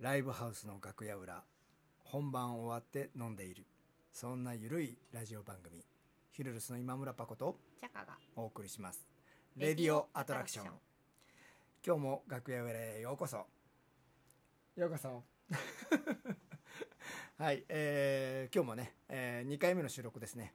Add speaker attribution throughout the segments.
Speaker 1: ライブハウスの楽屋裏本番終わって飲んでいるそんなゆるいラジオ番組ヒルルスの今村パコと
Speaker 2: チャカが
Speaker 1: お送りしますレディオアトラクション今日も楽屋裏へようこそようこそ はいえー、今日もね、え2回目の収録ですね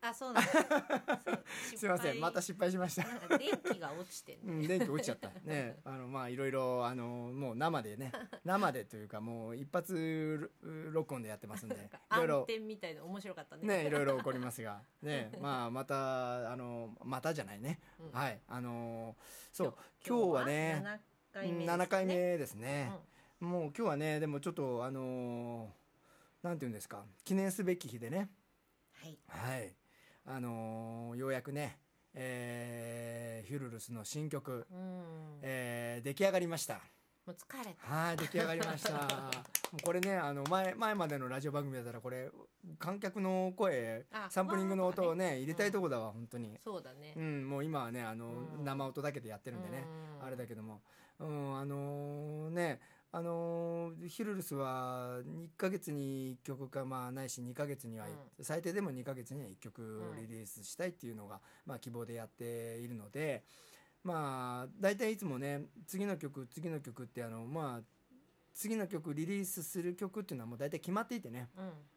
Speaker 2: あそ うなんだそう
Speaker 1: すいませんまた
Speaker 2: 失
Speaker 1: 失敗しました
Speaker 2: 敗なんか電気が落ちてん
Speaker 1: う
Speaker 2: ね
Speaker 1: ん、電気落ちちゃった。ね、あの、まあ、いろいろ、あの、もう生でね、生でというか、もう一発ろ録音でやってますんで、いろい
Speaker 2: 暗
Speaker 1: ろ、
Speaker 2: 転みたいな面白かったね
Speaker 1: ね、いろいろ起こりますが、ね、まあ、また、あの、またじゃないね。
Speaker 2: うん
Speaker 1: はい、あの、そう、今日はね、
Speaker 2: 7
Speaker 1: 7回
Speaker 2: 回目ですね
Speaker 1: 目ですね
Speaker 2: うん。
Speaker 1: もう今日はね、でもちょっと、あの、なんて言うんですか、記念すべき日でね、
Speaker 2: はい
Speaker 1: はい。あの、ようやくね、えーヒュルルスの新曲、
Speaker 2: うん
Speaker 1: えー出来上がりました。
Speaker 2: もう疲れた
Speaker 1: はい、出来上がりま した。もうこれね、あの、前、前までのラジオ番組だったら、これ、観客の声
Speaker 2: あ、
Speaker 1: サンプリングの音を
Speaker 2: わーとか
Speaker 1: ね、
Speaker 2: ね
Speaker 1: 入れたいとこだわ、本当に。
Speaker 2: そうだね
Speaker 1: うん、もう今はね、あの、
Speaker 2: うん
Speaker 1: 生音だけでやってるんでね、
Speaker 2: うん
Speaker 1: あれだけども。うん、あのーね、あのーヒルルスは1ヶ月に1曲か、まあ、ないし2ヶ月には、
Speaker 2: う
Speaker 1: 最低でも2ヶ月には1曲をリリースしたいっていうのが、まあ、希望でやっているので、まあ、大体いつもね、次の曲、次の曲って、あの、まあ、次の曲、リリースする曲っていうのはもう大体決まっていてね。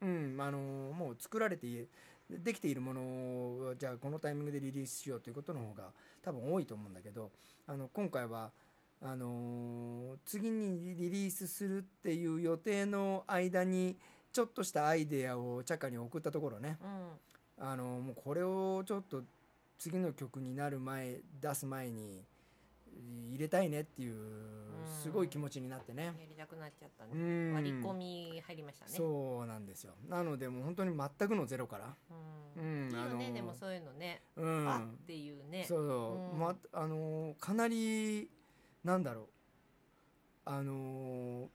Speaker 2: うん
Speaker 1: うん、あのもう作られていできているものをじゃあこのタイミングでリリースしようということの方が多分多いと思うんだけどあの今回はあの次にリリースするっていう予定の間にちょっとしたアイデアをチャカに送ったところね、
Speaker 2: うん
Speaker 1: あのもうこれをちょっと次の曲になる前出す前に入れたいねっていうすごい気持ちになってね。
Speaker 2: やりたくなっちゃった
Speaker 1: う
Speaker 2: ね
Speaker 1: ん
Speaker 2: 割り込み入りましたね
Speaker 1: そうなんですよなのでもう本当に全くのゼロから
Speaker 2: うん
Speaker 1: うん
Speaker 2: いい
Speaker 1: あ
Speaker 2: よ
Speaker 1: の
Speaker 2: ねでもそういうのね
Speaker 1: うん
Speaker 2: あっていうね
Speaker 1: そうそう、
Speaker 2: うん
Speaker 1: まあのかなりなんだろうあの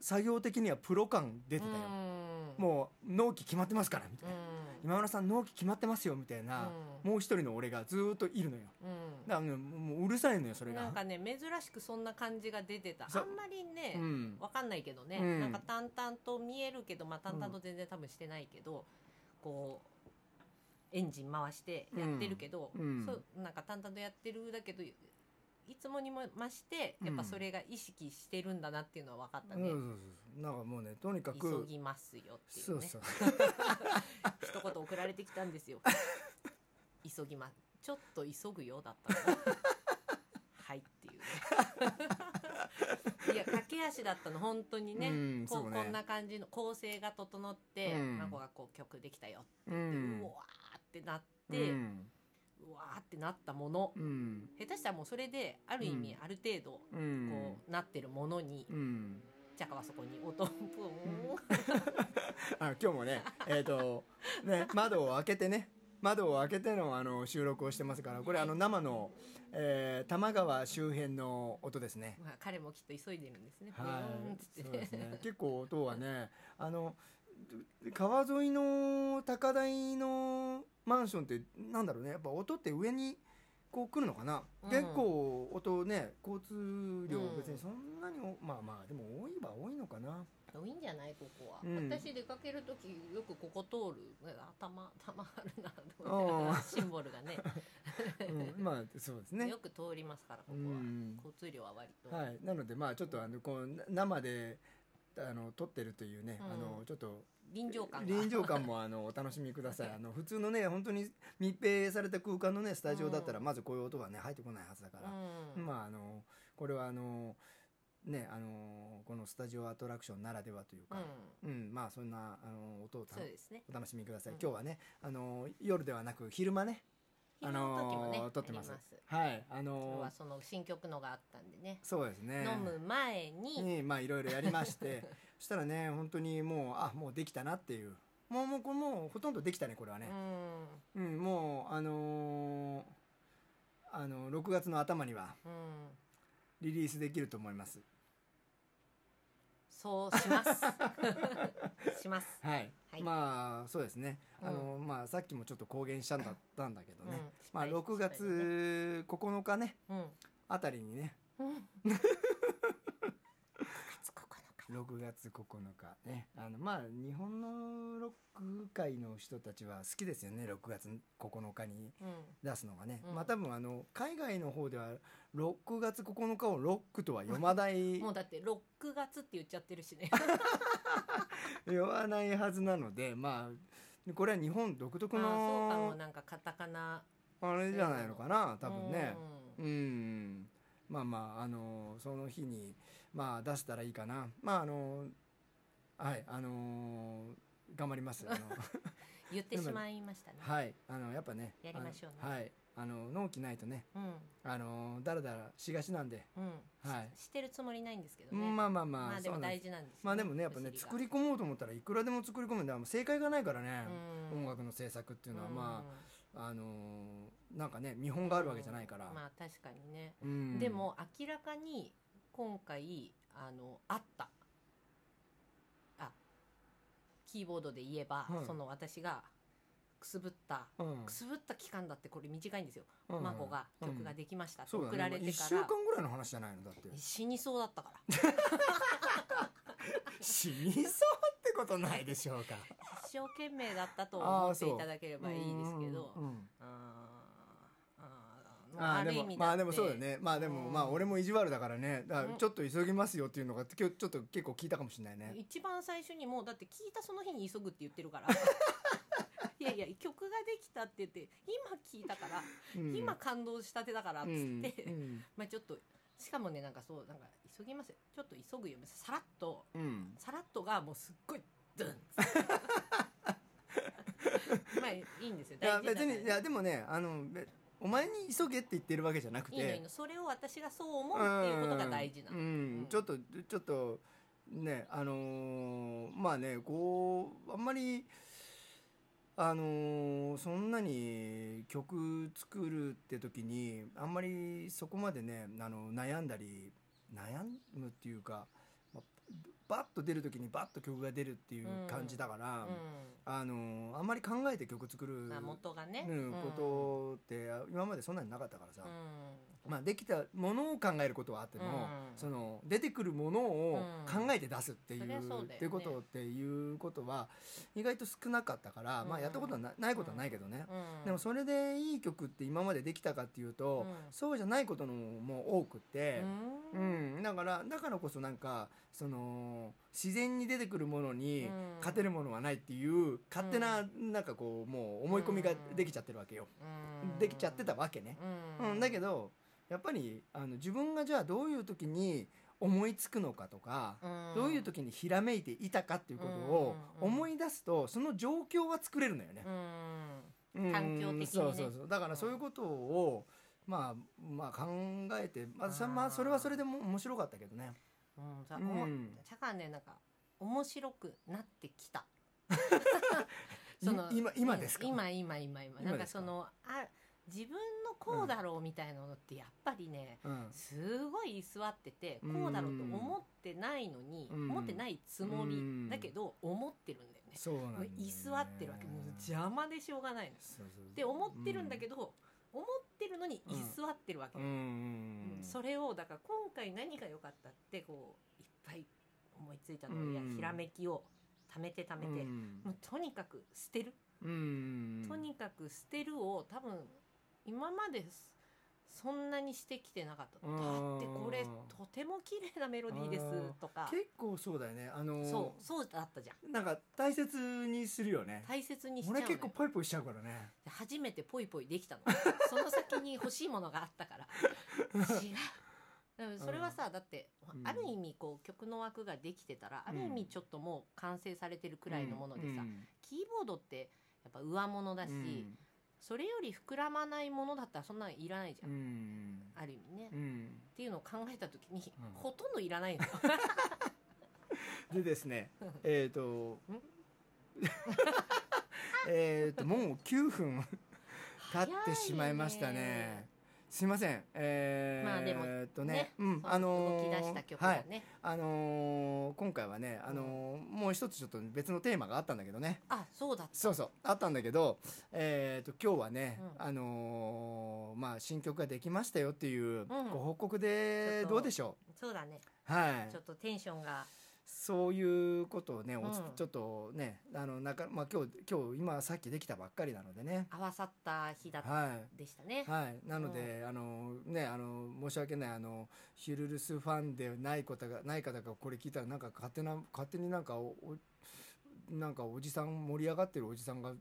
Speaker 1: 作業的にはプロ感出てたよ、
Speaker 2: ん
Speaker 1: もう納期決まってますからみたいな、
Speaker 2: うん
Speaker 1: 今村さん納期決まってますよみたいな、もう一人の俺がずーっといるのよ
Speaker 2: うん
Speaker 1: だからねもううるさいのよそれが
Speaker 2: なんかね珍しくそんな感じが出てた
Speaker 1: そう
Speaker 2: あんまりね、
Speaker 1: うん
Speaker 2: わかんないけどね、
Speaker 1: うん
Speaker 2: なんか淡々と見えるけどまあ淡々と全然多分してないけど、こうエンジン回してやってるけど、
Speaker 1: うんうん
Speaker 2: そうなんか淡々とやってるだけどいつもにも増してやっぱそれが意識してるんだなっていうのは分かった
Speaker 1: うん
Speaker 2: ね、
Speaker 1: そうそうそうなんかもうねとにか
Speaker 2: 急
Speaker 1: く
Speaker 2: ぎますよってい
Speaker 1: そうう
Speaker 2: ね
Speaker 1: そう
Speaker 2: 一言送られてきたんですよ急ぎますちょっと急ぐよだったのはいっていうねいや駆け足だったの本当にね,、
Speaker 1: うん
Speaker 2: こ
Speaker 1: そう
Speaker 2: う
Speaker 1: ね
Speaker 2: こんな感じの構成が整って、
Speaker 1: うん
Speaker 2: 孫がこう曲できたよって、
Speaker 1: う
Speaker 2: うんわーってなって、う
Speaker 1: うん
Speaker 2: わーってなったもの、
Speaker 1: うん
Speaker 2: 下手したらもうそれである意味
Speaker 1: う
Speaker 2: ある程度
Speaker 1: う
Speaker 2: こ
Speaker 1: ん
Speaker 2: うなってるものに、
Speaker 1: うん
Speaker 2: チャカはそこに音をプーン、
Speaker 1: あ今日もね、 えっ、と、ね、窓を開けてね、窓を開けてのあの収録をしてますから、これあの生の、えー、多摩川周辺の音ですね。
Speaker 2: まあ、彼もきっと急いでるんですね、ブーン
Speaker 1: は
Speaker 2: っ
Speaker 1: い。
Speaker 2: つ
Speaker 1: そ
Speaker 2: っ
Speaker 1: う
Speaker 2: て
Speaker 1: ですね。結構音はね、あの、川沿いの高台のマンションってなんだろうね、やっぱ音って上にこう来るのかな、
Speaker 2: うん
Speaker 1: 結構音ね、交通量別にそんなにお、まあまあ、でも多いは多いのかな。
Speaker 2: 多いんじゃないここは、
Speaker 1: うん
Speaker 2: 私出かける時よくここ通る頭頭あるな
Speaker 1: うん
Speaker 2: シンボルがね
Speaker 1: うん、まあ、そうですね
Speaker 2: よ。く通りますからここは、
Speaker 1: うん
Speaker 2: 交通量は割と、
Speaker 1: はい、なのでまあちょっとあのこうな生であの撮ってるというね、
Speaker 2: うん
Speaker 1: あのちょっと
Speaker 2: 臨場感が
Speaker 1: 臨場感もあのお楽しみくださいあの普通のね本当に密閉された空間のねスタジオだったら、
Speaker 2: う
Speaker 1: まずこういう音がね入ってこないはずだから、
Speaker 2: うん
Speaker 1: まああのこれはあのねあのこのスタジオアトラクションならではという
Speaker 2: う
Speaker 1: か、うんまあそんなあの音を
Speaker 2: ん
Speaker 1: た
Speaker 2: そうですね
Speaker 1: お楽しみください、
Speaker 2: うん
Speaker 1: 今日はねあの夜ではなく昼間ね
Speaker 2: 昼の時もね、
Speaker 1: あの撮って
Speaker 2: あ
Speaker 1: ま
Speaker 2: り
Speaker 1: す
Speaker 2: ます
Speaker 1: はいあ
Speaker 2: 今日
Speaker 1: の
Speaker 2: はその新曲のがあったんでね、
Speaker 1: そうですね
Speaker 2: 飲む前に、
Speaker 1: にまあいろいろやりましてそしたらね本当にもうあもうできたなっていうもうもうこれもうほとんどできたねこれは
Speaker 2: う
Speaker 1: ね、
Speaker 2: ん
Speaker 1: うんもうあのーあの6月の頭には
Speaker 2: うん、
Speaker 1: リリースできると思います
Speaker 2: そうしま すします、
Speaker 1: はい、
Speaker 2: はい
Speaker 1: まあそうですね、あのまあさっきもちょっと公言したんだったんだけどね、
Speaker 2: うん
Speaker 1: まあ6月9日ね
Speaker 2: うん
Speaker 1: あたりにね
Speaker 2: うん
Speaker 1: 6月9日ねあのまあ日本のロック界の人たちは好きですよね6月9日に
Speaker 2: うん
Speaker 1: 出すのがね、
Speaker 2: うん
Speaker 1: まあ多分あの海外の方では6月9日をロックとは読まない
Speaker 2: もうだって6月って言っちゃってるしね
Speaker 1: 読まないはずなのでまあこれは日本独
Speaker 2: あ
Speaker 1: 特
Speaker 2: ーそうかも
Speaker 1: の
Speaker 2: なんかカタカナ
Speaker 1: あれじゃないのかな多分ね。
Speaker 2: う
Speaker 1: うんんまあまああのその日にまあ出せたらいいかなまああのはいあの頑張りますあ の
Speaker 2: 言ってしまいましたね、
Speaker 1: はいあのやっぱね
Speaker 2: やりましょうね
Speaker 1: あのはいあの納期ないとね
Speaker 2: うん
Speaker 1: あのだらだらしがちなんで
Speaker 2: うん
Speaker 1: はい
Speaker 2: ししてるつもりないんですけどね、
Speaker 1: まあまあ
Speaker 2: ま
Speaker 1: ま
Speaker 2: あ
Speaker 1: あ
Speaker 2: で
Speaker 1: そ
Speaker 2: も
Speaker 1: うなんで
Speaker 2: 大
Speaker 1: す
Speaker 2: 事なんですよ
Speaker 1: まあでもねやっぱね
Speaker 2: 物理が
Speaker 1: 作り込もうと思ったらいくらでも作り込むんであの正解がないからね
Speaker 2: うん
Speaker 1: 音楽の制作っていうのはま
Speaker 2: うん
Speaker 1: ああのなんかね見本があるわけじゃないから
Speaker 2: まあ確かにね、
Speaker 1: うん
Speaker 2: でも明らかに今回あのあったあキーボードで言えば、
Speaker 1: はい
Speaker 2: その私がくすぶった
Speaker 1: うん
Speaker 2: くすぶった期間だってこれ短いんですよ、
Speaker 1: うん
Speaker 2: 真帆が曲ができましたって送られて
Speaker 1: 1
Speaker 2: か
Speaker 1: 週
Speaker 2: ら、
Speaker 1: 間ぐらいの話じゃないのだ って
Speaker 2: 死にそうだったから
Speaker 1: 死にそうってことないでしょうか
Speaker 2: 一生懸命だったと
Speaker 1: あ
Speaker 2: 思
Speaker 1: ー
Speaker 2: って
Speaker 1: そう
Speaker 2: いただければいいですけど
Speaker 1: うんうん
Speaker 2: あーあー
Speaker 1: あーで
Speaker 2: る意
Speaker 1: も
Speaker 2: 味
Speaker 1: ま
Speaker 2: だ
Speaker 1: あ
Speaker 2: って
Speaker 1: でもそうだよねまあで
Speaker 2: う
Speaker 1: も
Speaker 2: ん
Speaker 1: まあ俺も意地悪だからねだか
Speaker 2: うん
Speaker 1: らちょっと急ぎますよっていうのが今日ちょっと結構聞いたかもしれないね
Speaker 2: 一番最初にもうだって聞いたその日に急ぐって言って るからいやいや曲ができたって言って今聞いたから、
Speaker 1: うん
Speaker 2: 今感動したてだからっつって、
Speaker 1: うん
Speaker 2: まあちょっとしかもねなんかそうなんか急ぎますちょっと急ぐよさらっと
Speaker 1: うんうん
Speaker 2: さらっとがもうすっごいドゥンっつ ってまあいいんですよ
Speaker 1: いや
Speaker 2: 大事だか
Speaker 1: 別
Speaker 2: ら
Speaker 1: にいやでもねあのべお前に急げって言ってるわけじゃなく
Speaker 2: いいのいい
Speaker 1: て
Speaker 2: のそれを私がそう思う
Speaker 1: う
Speaker 2: っ
Speaker 1: ん
Speaker 2: ていうことが大事な
Speaker 1: う
Speaker 2: の、うん
Speaker 1: んちょっとちょっとねあのーまあねこうあんまりあのーそんなに曲作るって時にあんまりそこまでねあの悩んだり悩むっていうかまバッと出る時にバッと曲が出るっていう感じだから、あのーあんまり考えて曲作る、
Speaker 2: うんまあ元がね、
Speaker 1: うんことって今までそんなになかったからさ、
Speaker 2: う
Speaker 1: まあ、できたものを考えることはあっても、
Speaker 2: うん
Speaker 1: その出てくるものを
Speaker 2: うん
Speaker 1: 考えて出すっていう,、
Speaker 2: そりゃそうだよね
Speaker 1: っていうことっていうことは意外と少なかったから、まあ、
Speaker 2: うん
Speaker 1: やったことはなないことはないけどね、
Speaker 2: んうん、
Speaker 1: でもそれでいい曲って今までできたかっていうと、
Speaker 2: うん
Speaker 1: そうじゃないことのも多くて。
Speaker 2: う
Speaker 1: うんん、だからだからこそなんかその自然に出てくるものに
Speaker 2: うん
Speaker 1: 勝てるものはないっていう勝手ななんかこうもう思い込みができちゃってるわけよ、できちゃってたわけね、
Speaker 2: うん
Speaker 1: うん、だけどやっぱりあの自分がじゃあどういう時に思いつくのかとか、どういう時にひらめいていたかっていうことを
Speaker 2: うんうんうん
Speaker 1: 思い出すとその状況は作れるのよね
Speaker 2: う。ん
Speaker 1: うん
Speaker 2: 環境的にね
Speaker 1: そうそうそうだからそういうことを、まあ、まあ考えて、まあさまあ、それはそれでも面白かったけどね。
Speaker 2: うんさ
Speaker 1: うん
Speaker 2: おもだからねなんか面白くなってきた
Speaker 1: い今今ですか
Speaker 2: うん今今今今
Speaker 1: 今
Speaker 2: なん
Speaker 1: で
Speaker 2: か
Speaker 1: すか
Speaker 2: そのあ自分のこうだろうみたいなのってやっぱりね
Speaker 1: うん
Speaker 2: すごい居座ってて
Speaker 1: うん
Speaker 2: こうだろうと思ってないのに
Speaker 1: うん
Speaker 2: 思ってないつも
Speaker 1: う
Speaker 2: り
Speaker 1: ん
Speaker 2: だけど思ってるんだよね
Speaker 1: そうなんだよね
Speaker 2: 居座ってるわけもう邪魔でしょうがないの
Speaker 1: そうそう
Speaker 2: って思ってるんだけ
Speaker 1: ど、
Speaker 2: ど、思ってるのに居座ってるわけ、
Speaker 1: うんうんうん、
Speaker 2: それをだから今回何が良かったってこういっぱい思いついたのを、
Speaker 1: うん
Speaker 2: いやひらめきを貯めて貯めて、
Speaker 1: うん
Speaker 2: もうとにかく捨てる、
Speaker 1: うん、
Speaker 2: とにかく捨てるを多分今まですそんなにしてきてなかった、
Speaker 1: うん
Speaker 2: だってこれとても綺麗なメロディーです
Speaker 1: うん
Speaker 2: とか、
Speaker 1: 結構そうだよねあの
Speaker 2: そうそうだったじゃん
Speaker 1: なんか大切にするよね
Speaker 2: 大切にしちゃ
Speaker 1: 俺
Speaker 2: うのよ
Speaker 1: 結構ポイポイしちゃうからね
Speaker 2: で初めてポイポイで きたのその先に欲しいものがあったから違うでもそれはさ、だって
Speaker 1: うん
Speaker 2: ある意味こう曲の枠ができてたら、
Speaker 1: うん
Speaker 2: ある意味ちょっともう完成されてるくらいのものでさ、
Speaker 1: うん
Speaker 2: キーボードってやっぱ上物だし、それより膨らまないものだったらそんなのいらないじゃ、
Speaker 1: うんん
Speaker 2: ある意味ね、
Speaker 1: う
Speaker 2: っ
Speaker 1: ん
Speaker 2: ていうのを考えた時に、
Speaker 1: うん
Speaker 2: ほとんどいらな いのよ
Speaker 1: でです ねえっ、と
Speaker 2: ん
Speaker 1: えっともう9分
Speaker 2: 早
Speaker 1: 経ってしまいましたねすいませんえー、
Speaker 2: まあでも
Speaker 1: えっとね
Speaker 2: ね
Speaker 1: うん
Speaker 2: あ
Speaker 1: あ
Speaker 2: の
Speaker 1: の
Speaker 2: 動
Speaker 1: ー
Speaker 2: き出した曲が
Speaker 1: はい
Speaker 2: ね、
Speaker 1: あのー今回はねあのーもう一つちょっと別のテーマがあったんだけどね
Speaker 2: あそうだった
Speaker 1: そうそうあったんだけど、えー、と今日はね、
Speaker 2: うん
Speaker 1: あのーまあ、新曲ができましたよっていう
Speaker 2: うん
Speaker 1: ご報告で
Speaker 2: ちょっと
Speaker 1: どうでしょ
Speaker 2: そうだね
Speaker 1: う、はい
Speaker 2: ちょっとテンションが
Speaker 1: そういうことをね、おつ
Speaker 2: うん
Speaker 1: ちょっとねあのなか、まあ、今日今日今さっきできたばっかりなのでね
Speaker 2: 合わさった日だ
Speaker 1: はい
Speaker 2: でしたね。
Speaker 1: はい、なので、あのねあの申し訳ないあのヒュルルスファンでない方がない方がこれ聞いたらなんか勝手な勝手になんかおおなんかおじさん盛り上がってるおじさんが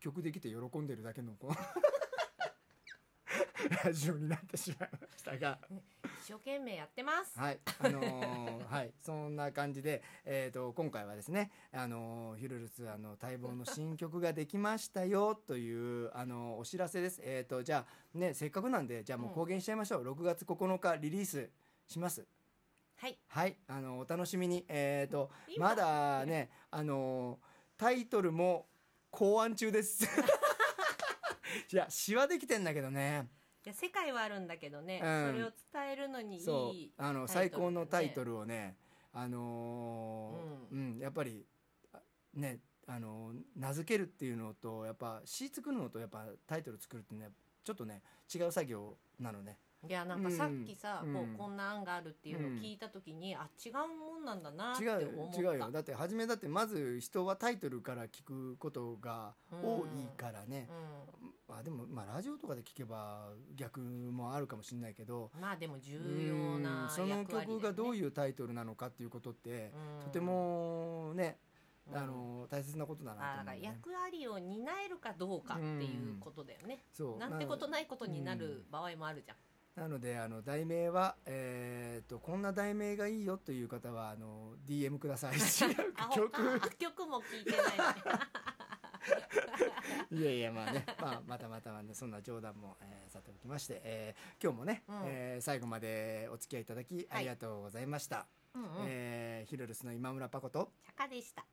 Speaker 1: 曲できて喜んでるだけのこう ラジオになってしまいましたが。
Speaker 2: 一生懸命やってます。
Speaker 1: はい、あのー はい、そんな感じで、えっ、と、今回はですね、あのーヒュルルツ、あの、待望の新曲ができましたよ、 という、あのーお知らせです。えっ、と、じゃあ、ね、せっかくなんで、じゃあもう公言しちゃいましょう。6月9日リリースします。
Speaker 2: はい。
Speaker 1: はい、あのお楽しみに。えっ、と、
Speaker 2: 今
Speaker 1: まだね、あのータイトルも考案中です。 いや、詩はできてんだけどね。
Speaker 2: いや世界はあるんだけどね、
Speaker 1: うん
Speaker 2: それを伝えるのにい
Speaker 1: そう
Speaker 2: い。
Speaker 1: あの
Speaker 2: タイ
Speaker 1: 最
Speaker 2: トルだ
Speaker 1: 高
Speaker 2: ね
Speaker 1: のタイトルをねあのーうんやっぱりあねあのー名付けるっていうのとやっぱ詩作るのとやっぱタイトル作るってねちょっとね違う作業なのね
Speaker 2: いやなんかさっきさ、
Speaker 1: うん
Speaker 2: こ
Speaker 1: うん
Speaker 2: うこんな案があるっていうのを聞いた時に、あ違うもんなんだなっ
Speaker 1: 違
Speaker 2: て
Speaker 1: うよ
Speaker 2: 思った。
Speaker 1: 違うよだって初めだってまず人はタイトルから聞くことが多いからね、まあ、でもまあラジオとかで聞けば逆もあるかもしれないけど
Speaker 2: うんまあでも重
Speaker 1: う
Speaker 2: 要
Speaker 1: ん
Speaker 2: な
Speaker 1: その
Speaker 2: 役割だよね
Speaker 1: 曲がどういうタイトルなのかっていうことって
Speaker 2: うん
Speaker 1: とてもね
Speaker 2: うん
Speaker 1: あの大切なことだ
Speaker 2: あ
Speaker 1: な
Speaker 2: だ
Speaker 1: と思
Speaker 2: から
Speaker 1: う、ね、
Speaker 2: 役割を担えるかどうかっていうことだよね。
Speaker 1: そう
Speaker 2: なんてこと
Speaker 1: な
Speaker 2: ないことになる場合もあるじゃん。
Speaker 1: なのであの題名は、えー、とこんな題名がいいよという方はあの DM ください違う
Speaker 2: あほ
Speaker 1: 曲
Speaker 2: あ曲も聞い てない、ね。
Speaker 1: いやいやまあね、まあ、またまたまねそんな冗談も、えーさておきまして、えー今日もね、
Speaker 2: うん
Speaker 1: えー最後までお付き合いいただきありがとうございました、
Speaker 2: うんうん。
Speaker 1: えーヒロルスの今村パコと
Speaker 2: 釈迦でした。